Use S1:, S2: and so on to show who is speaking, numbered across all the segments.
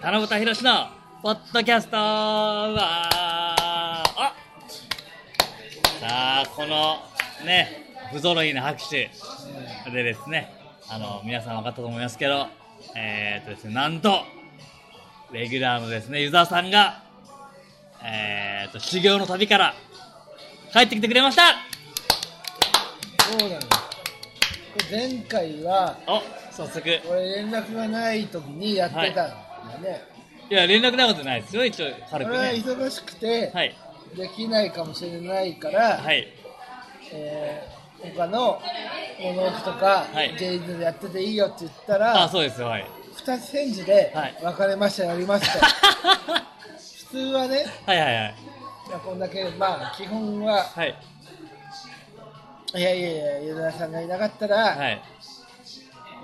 S1: 七夕ひろしのポッドキャストはあさあこのね不揃いな拍手でですねあの皆さん分かったと思いますけどえー、っとですねなんとレギュラーのですね湯沢さんがえー、っと修行の旅から帰ってきてくれました
S2: そうなのよこれ前回は
S1: お早速い
S2: 俺連絡がない時にやってたんだよね、
S1: や連絡なことないですよ一応軽く
S2: 俺は
S1: ね
S2: 忙しくて、
S1: はい
S2: できないかもしれないから、
S1: はい
S2: えー他の物置とか、
S1: はい
S2: J リーグやってていいよって言った
S1: あ
S2: ら
S1: そうですよはい
S2: 二つ返事で
S1: はい
S2: 「別れましたやりました」 普通はね
S1: はいはいはい
S2: いやこんだけまあ基本は
S1: はい
S2: いやいやいや湯沢さんがいなかったら、
S1: はい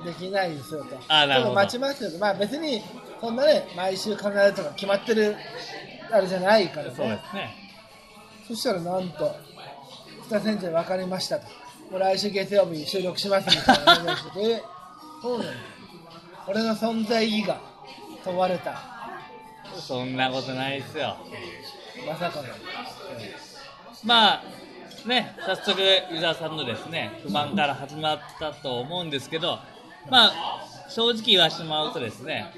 S2: できないですよと。
S1: あなるほど
S2: ちょっと待ちますよと。まあ別に、そんなね、毎週必ずとか決まってる、あれじゃないからね。
S1: そうですね
S2: そしたらなんと、北先生分かりましたと。もう来週月曜日収録しますみたいな話をして て、そうなんだよ。俺の存在意義が問われた。
S1: そんなことないですよ
S2: まさかの。
S1: まあね早速湯沢さんのですね不満から始まったと思うんですけどまあ正直言わせてもらうとですね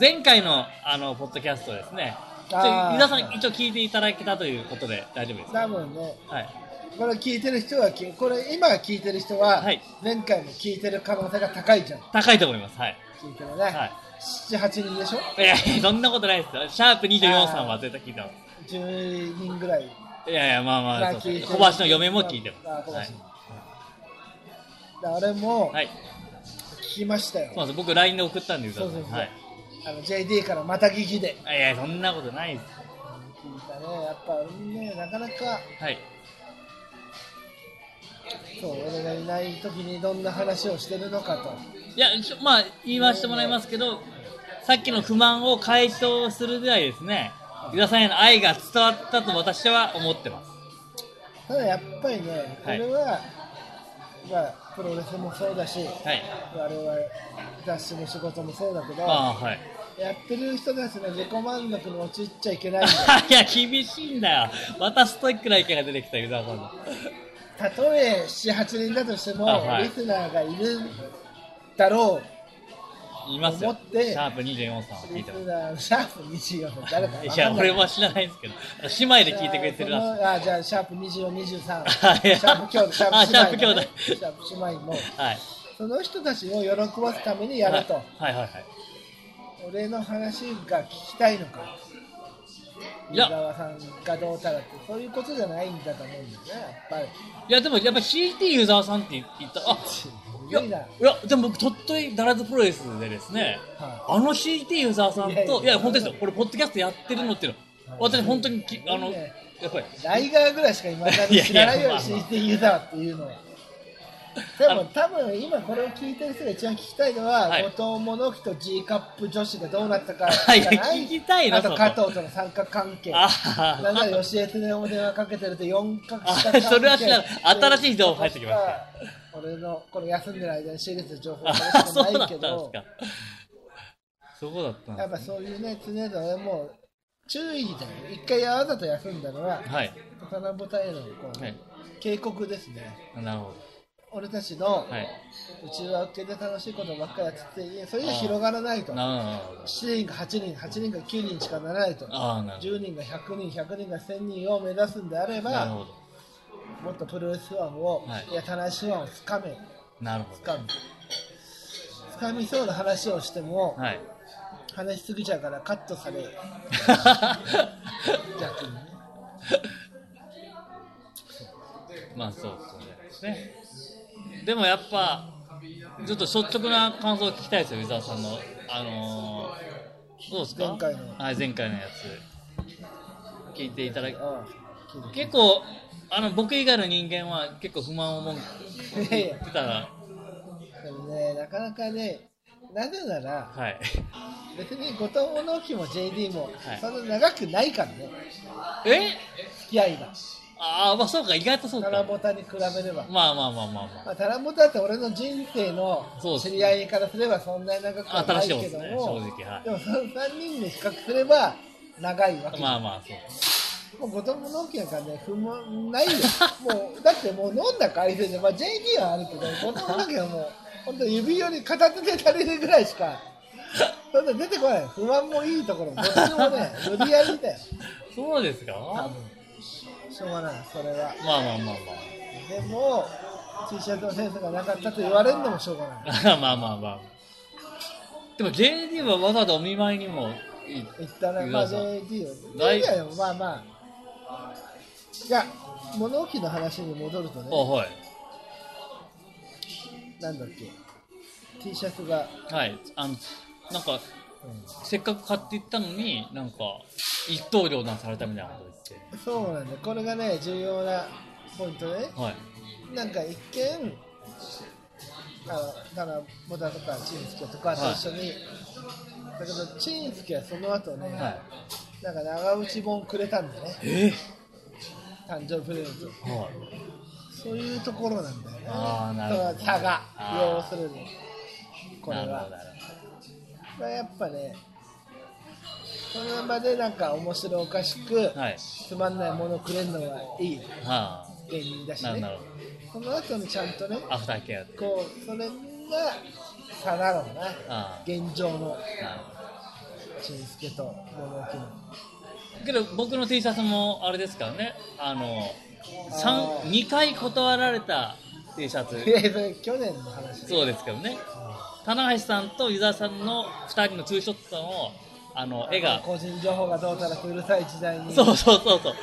S1: 前回のあのポッドキャストですねちょ
S2: あー
S1: 湯沢さん一応聞いていただけたということで大丈夫ですか
S2: 多分ね、
S1: はい
S2: これ聞いてる人はき、これ今聞いてる人は
S1: はい、
S2: 前回も聞いてる可能性が高いじゃん。
S1: 高いと思いますはい
S2: 聞いてるね。
S1: は
S2: 7、8人でしょ
S1: いいやそんなことないですよシャープ24さんは絶対聞いてま
S2: ?10 人ぐらい。
S1: すいやいやまあまあ
S2: ま
S1: そ
S2: あ
S1: うです
S2: 聞いて
S1: 小橋の嫁も聞いて
S2: あ
S1: ます
S2: 小橋
S1: はい、
S2: であれも
S1: はい、
S2: 聞きましたよ、
S1: そうなんです僕 LINE で送ったんで湯沢さん
S2: そうそうそう
S1: はい
S2: あの JD からまた聞きで
S1: いやいやそんなことないです
S2: 聞いたねやっぱねなかなか
S1: はい
S2: そう俺がいない時にどんな話をしてるのかと
S1: いや、ちょまあ、言わせてもらいますけど、さっきの不満を回答するぐらいですね、伊沢さんへの愛が伝わったと私は思ってます。
S2: ただやっぱりねこ
S1: はい
S2: れは、まあプロレスもそうだ
S1: は
S2: し
S1: い。
S2: 我々雑誌の仕事もそうだけど
S1: ああ、はい。
S2: やってる人たちの自己満足に陥っちゃいけないんだよ
S1: いや、厳しいんだよ。またストイックな意見が出てきた、伊沢さんの。
S2: たとえ78人だとしても、
S1: あはい
S2: リスナーがいるだろう
S1: いますよ。
S2: 思って
S1: シャープ24さんは聞
S2: リ
S1: い
S2: ス
S1: てます。
S2: ナーシャープ24の誰かわかんない
S1: いや、俺は知らないんですけど、姉妹で聞いてくれてる
S2: じゃ
S1: らし
S2: あそのあじゃあシャープ24、23
S1: はい
S2: シャープ兄弟シャ
S1: あ
S2: ープ姉妹、ね、
S1: シャープ兄弟
S2: シャープ姉妹も
S1: い。はい。
S2: その人たちを喜ばすためにやると、
S1: はいはいはいはい。
S2: 俺の話が聞きたいのか
S1: い
S2: 伊
S1: や
S2: 沢さんがどうたらってそういうことじゃないんだと思うんだよねやっぱり
S1: いや、でも、やっぱ CT ユーザーさんって言った、あ、いや、
S2: 無理
S1: い
S2: だ
S1: や、でも僕、鳥取ダラズプロレスでですね、
S2: は
S1: あの CT ユーザーさん
S2: いやいや
S1: と、いや、本当ですよ、これ、ポッドキャストやってるのっていうの、
S2: はい
S1: 私、本当にき、あの、
S2: いや
S1: やっぱり、
S2: ライガーぐらいしか今だに知らないよう
S1: いやい
S2: に
S1: やまあまあ
S2: しているだっていうのはでも多分今これを聞いてる人が一番聞きたいのは、
S1: はい
S2: 後藤物置と G カップ女子がどうなったか
S1: はい
S2: じゃな
S1: 聞きたいな
S2: あ
S1: そ
S2: と
S1: こ
S2: 加藤との三角関係
S1: あは
S2: な
S1: は
S2: んだら吉江恒夫も電話かけてると四角
S1: あ
S2: 四角関係
S1: それは知らない新しい情報入ってきました
S2: 俺のこの休んでる間に仕入れた情報
S1: あ
S2: は正しく
S1: そうだ
S2: な
S1: った
S2: いけ
S1: んです
S2: ど
S1: か。そうだったんで
S2: やっぱそういうね常々俺もう注意だよ一回わざと休んだのは
S1: すはい、
S2: 七夕へのこう、
S1: はい、
S2: 警告ですね
S1: なるほ
S2: 俺たちの
S1: ど。はい、
S2: 内輪受けで楽しいことばっかりやっててそれが広がらないと7
S1: なるほど。
S2: 人が8人8人が9人しかならないと
S1: ああ、なる
S2: 10人が100人100人が1000人を目指すんであれ
S1: ほど。なる
S2: ば
S1: ほど。
S2: もっとプロレスファンを、
S1: はい
S2: い、や楽しいファンをつかめ
S1: なるほ
S2: つかむつかみそうな話をしても、
S1: ど。はい。
S2: 話しすぎちゃうからカットされ逆にね
S1: まあそうそうね。でもやっぱちょっと率直な感想を聞きたいですよ、伊沢さんのあのー、どうですか？
S2: 前回の
S1: はい前回のやつ聞いていただき
S2: ああ
S1: 結構あの僕以外の人間は結構不満を持っ
S2: い やいや
S1: てたら
S2: でもねなかなかねなぜなら
S1: はい
S2: 別に後藤物置も JD も、
S1: はい
S2: そんな長くないからね
S1: え
S2: 付き合いが
S1: ああ、まあそうか、意外とそう
S2: タ
S1: か。
S2: ラボタに比べれば、
S1: まあまあまあまあま
S2: まあ、タラボタって俺の人生の
S1: そうです
S2: 知
S1: ね
S2: り合いからすればそんなに長くはない
S1: 新しい
S2: けども
S1: もんですね正直はい
S2: でもその3人で比較すれば長いわ
S1: あ。
S2: け、
S1: まあまあ、そう。
S2: もう後藤物置なんかね不 満ないよもうだってもう飲んだ回数で、まあ、JD はあるけど後藤物置はもう本当指より片手で足りるぐらいしかそんな出てこない不満もいいところもどっちもね無理やりだよ
S1: そうですか
S2: 多
S1: まあ
S2: 分しょうがないそれは
S1: まあまあま
S2: でも T シャツのセンスがなかったと言われるのもしょうがない
S1: あ。 まあまあまあ。でも JD はわざわざお見舞いにもいい。
S2: 言ったらまあ
S1: いや
S2: JD を
S1: ない
S2: JD はでもまあまあいや物置の話に戻ると
S1: あ、
S2: ね
S1: はい。
S2: なんだっけ T シャツが、
S1: はい。あの、なんか、
S2: うん
S1: せっかく買っていったのに、なんか、一等量なんされたみたいなこと言っ
S2: そうなんだこれがね重要なポイントね
S1: て。はい。
S2: なんか一見あのだからボタとかチンスケとかと一緒に、だけどチンスケはその後ね、
S1: は
S2: なんか長渕本くれたんだよね
S1: い。え
S2: 誕生日プレゼント
S1: はい。
S2: そういうところなんだよね
S1: あーなるほどね
S2: その差が
S1: あー
S2: 要するにこれ
S1: なるほ
S2: は
S1: ど、なるほ
S2: まあ、やっぱねその場でなんか面白おかしく
S1: ど。はい。
S2: つまんないものくれるのはいい
S1: は
S2: 芸人だし
S1: あ。なる
S2: ね
S1: なるほ
S2: その後にちゃんとね
S1: ど。アフターケアって。
S2: こうそれが差だろうな
S1: あ
S2: 現状の
S1: あ。なるほど
S2: 俊介と物置の
S1: けど僕の T シャツもあれですからねあの
S2: あー
S1: 2回断られた T シャツ
S2: いやそれ去年の話
S1: そうですけどね棚橋さんと湯沢さんの2人のツーショットのあの絵が
S2: 個人情報がどうたらとうるさい時代に
S1: そうそうそうそう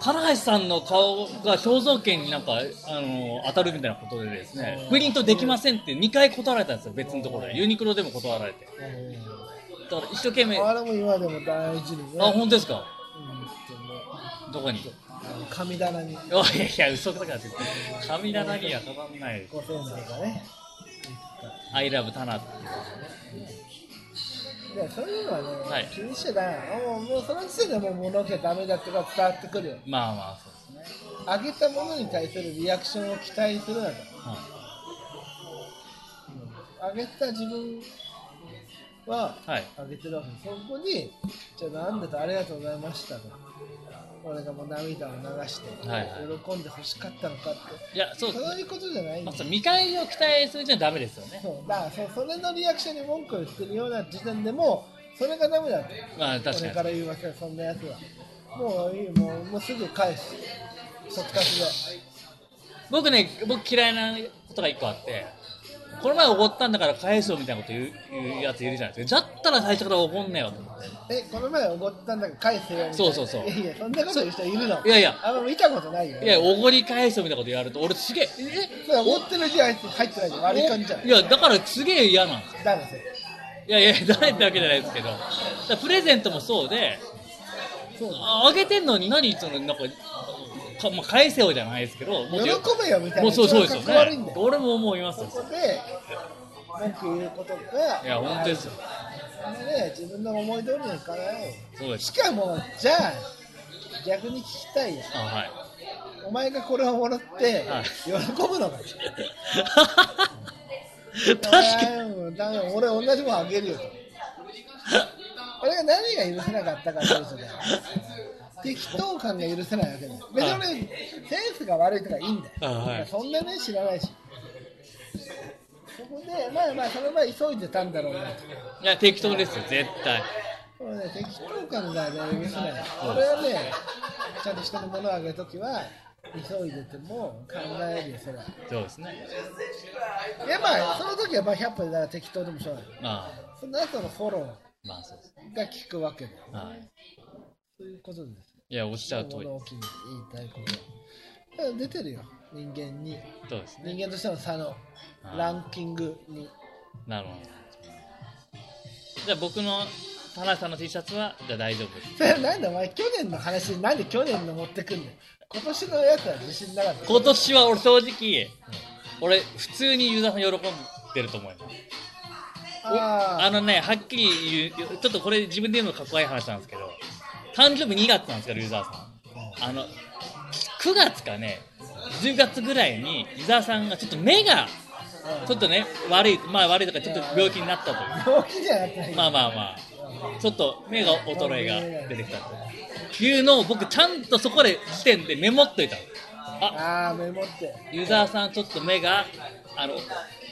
S1: 棚橋さんの顔が肖像権になんかあの当たるみたいなことでですねプリントできませんって2回断られたんですよ別のところでユニクロでも断られて
S2: うん
S1: だから一生懸命
S2: あ
S1: あ
S2: れも今でも大事にね
S1: 本当ですか
S2: うんってね
S1: どこに
S2: あの神棚に
S1: いやいや嘘くさかです神棚には飾んないです
S2: ご先祖がね
S1: アイラブタナって
S2: いやそういうのはね、
S1: はい
S2: 気にしちゃダメなのもうもうその時点でもう物置はダメだってことが伝わってくるよ
S1: まあまあそうですね、
S2: あげたものに対するリアクションを期待するなと
S1: は、
S2: あげた自分はい
S1: はい、
S2: あげてるわけですそこに「じゃあなんでとありがとうございました」と俺がもう涙を流して、
S1: はいは
S2: 喜んで欲しかったのかって
S1: いやそうです
S2: そういうことじゃないん
S1: まあ、
S2: だ
S1: そう見返りを期待するじゃダメですよね
S2: そうだからそうそれのリアクションに文句を言ってるような時点でもうそれがダメだって
S1: まあ確か
S2: 俺か
S1: に
S2: ら言うわけよそんなやつはもういいもうもうすぐ返すそっかしで
S1: 僕ね僕嫌いなことが一個あってこの前おごったんだから返すよみたいなこと言う言うやついるじゃないですかだったら最初からおごんねえよと思って
S2: えこの前おごったんだから返せよみたいな
S1: そうそうそう
S2: いやいやそんなこと言う人いるの
S1: いやいや
S2: あんま見たことないよ
S1: いやおごり返すよみたいなことやると俺すげええ
S2: それおってる字入って入ってないじゃん割り勘じゃん
S1: いやだからすげえ嫌なんですよ
S2: 誰せ
S1: いやいや誰ってわけじゃないですけどだからプレゼントもそうで
S2: そうだ
S1: ああげてんのに何そのなんかか、まあ、返せよじゃないですけども
S2: 喜
S1: っと
S2: べよみたいな
S1: もうそうそうですよ
S2: 一番かっこ悪いん
S1: ね
S2: だ。よ
S1: 俺も思います
S2: そ
S1: よ。
S2: こで文句言うことが
S1: いや本当ですよ。
S2: それで自分の思い通りにはいかないよ
S1: そうです
S2: し。かもじゃあ逆に聞きたいよ
S1: あ はい。
S2: お前がこれをもらって
S1: はい
S2: 喜ぶのか
S1: 確かに。
S2: にだめ俺同じもんあげるよと俺が何が許せなかったかっていうとね適当感が許せないわけだよ別に俺
S1: は
S2: センスが悪いとかいいんだよ、
S1: あはい
S2: そんなね知らないしそこでまあまあその前急いでたんだろうなと
S1: いや適当ですよ絶対。
S2: これね、適当感がね、許せない。これはね、ちゃんと人のものをあげるときは、急いでても考えるよ、それは。
S1: そうですね。
S2: いや、まあ、その時はまあ100歩でだから適当でもしょうがない。
S1: ま
S2: その後のフォロ
S1: あまあそうですね。
S2: ーが効くわけで。
S1: はい。
S2: そういうことです。
S1: いやおっしゃる通り
S2: 物。置に言いたいことは。だから出てるよ、人間に。
S1: そうですね。
S2: 人間としての差の
S1: あ
S2: ランキングに。
S1: なるほど。じゃあ僕の田中さんの T シャツはじゃあ大丈夫です。
S2: それなんだ、お前、去年の話、なんで去年の持ってくんだよ。今年のやつは自信なかった。
S1: 今年は俺正直、俺普通にユーザーさん喜んでると思います。
S2: あ
S1: あのね、はっきり言う、ちょっとこれ自分で言うのかっこいい話なんですけど、誕生日2月なんですけど、ユーザーさん。あの、 9月かね10月ぐらいに伊沢さんがちょっと目がちょっとね悪いまあ悪いとかちょっと病気になったと
S2: 病気じゃなくて、
S1: まあまあまあ、ちょっと目が衰えが出てきたというのを僕、ちゃんとそこで時点でメモっといたの。あ
S2: ああメモって
S1: ユーザーさん、ちょっと目があの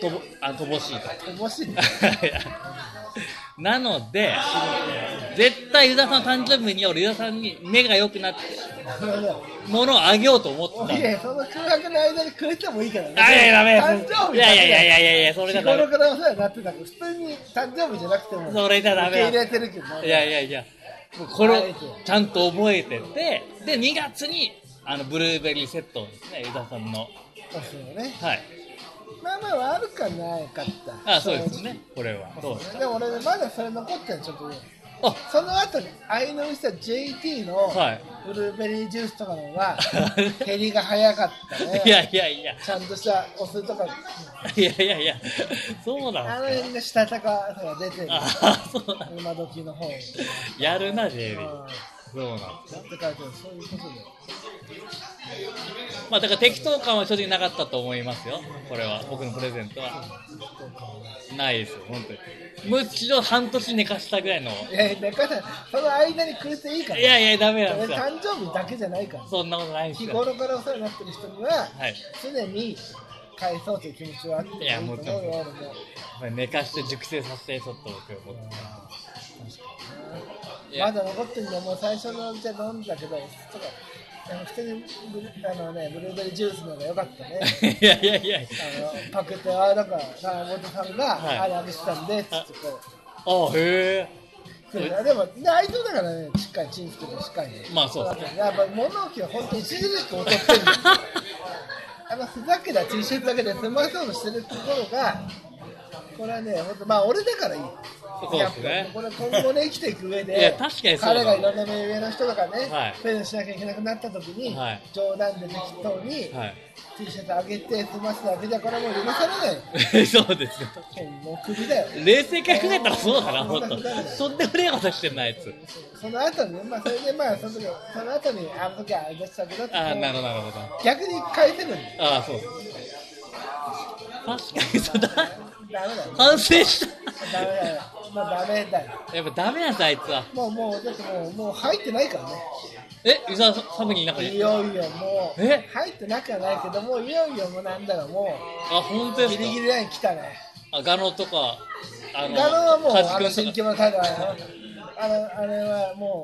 S1: とぼあ乏しいと。
S2: 面白い
S1: なので、絶対ユーザーさんの誕生日に俺、ユーザーさんに目が良くなって
S2: なるほど
S1: ものをあげようと思ってたの。
S2: いやその空白の間にくれてもいいからね
S1: あいやいやダメ
S2: 誕生日
S1: いやいやいやいやいやいやそれ
S2: そ
S1: が
S2: れ
S1: ダ
S2: 日
S1: メ
S2: 頃からお世話になってたから普通に誕生日じゃなくても
S1: それじゃダメ
S2: 受け入れてるけど
S1: いやいやいや、もうこれ
S2: あ
S1: を
S2: えて
S1: ちゃんと覚えてて、で、2月に、あの、ブルーベリーセットをですね、ユダさんの。
S2: そうですよね
S1: はい。
S2: まあまあ悪かないかった
S1: あ、そうですね。これは。そうです。
S2: でも俺ねまだそれ残ってるちょっとね
S1: あ、
S2: その後に相乗りした JT の
S1: はい
S2: ブルーベリージュースとか のは減りが早かったね
S1: いやいやいや、
S2: ちゃんとしたお酢とか
S1: いやいやいや、そう
S2: あ
S1: なん
S2: の
S1: ですか。
S2: 辺のしたたかさが出てる
S1: あ、そうなん
S2: 今時の方に
S1: やるな、ジェリー。
S2: うん
S1: そうなんです。
S2: やって書いてあるそういうことで
S1: まあ、だから適当感は正直なかったと思いますよ。これは、僕のプレゼントは。ないですよ、本当に。むしろ半年寝かしたぐらいの。
S2: いやだからその間にくれていいから
S1: いやいや、ダメなんです
S2: 俺
S1: よ。
S2: 誕生日だけじゃないから
S1: そんなことないんです
S2: 日
S1: よ。
S2: 頃からお世話になってる人には
S1: はい。
S2: 常に返そうという気持ちはあってもいいと思う
S1: いやも
S2: よ
S1: うちょっ
S2: 俺も
S1: まあ寝かして熟成させてちょっと僕思っていや
S2: まだ残ってんだよもう最初のお茶飲んだけどちょっとあの普通にブルあのねブルーベリージュースの方が良かったね
S1: いやいやいや
S2: あのパクってあだからさ本さんが、
S1: はい
S2: あれあげてたんでつってこ
S1: あへえ
S2: ういやでも内藤だからねしっかりチンスケもしっかりね
S1: まあそうです
S2: やっぱ物置は本当に著しく劣っ てるんだよあのふざけた T シャツだけで済まそうとしてるところがこれはね本当まあ俺だからいい
S1: そうですね
S2: やっぱこれ今後ね生きていく上 で
S1: いや確かにそうだ
S2: 彼がいろんな目上の人とかね、
S1: はい
S2: プレゼントしなきゃいけなくなった時に、
S1: はい
S2: 冗談で適当に
S1: は
S2: T シャツあげて済ますだけじゃこれはもう許されないよ
S1: い そうですよ
S2: もう首だよ
S1: 冷静に考えたらそうだな本当とんでもねえことしてんなあいつ
S2: その後にね、まあ、それでまあその時その後にあの時はあれでしたけどって
S1: ああなるほどなるほど
S2: 逆に返せるんだよ
S1: ああそう確かにそうだ
S2: ダメだよ
S1: 反省し
S2: ダメだよ。まあ、ダメだよ。
S1: たやっぱダメなんですあいつは
S2: もう、もう、だってもう、もう入ってないからね。
S1: え伊沢サムにいなく
S2: い
S1: て
S2: よいよもう、
S1: え
S2: 入ってなくはないけど、もういよいよもうなんだろう、も
S1: あ本当で
S2: う、ギ
S1: すか
S2: リギリライン来たね。
S1: あガノとかあ
S2: ガロはもう、あの、
S1: カジ
S2: 新
S1: 君と
S2: 規者態度はあの、あれはも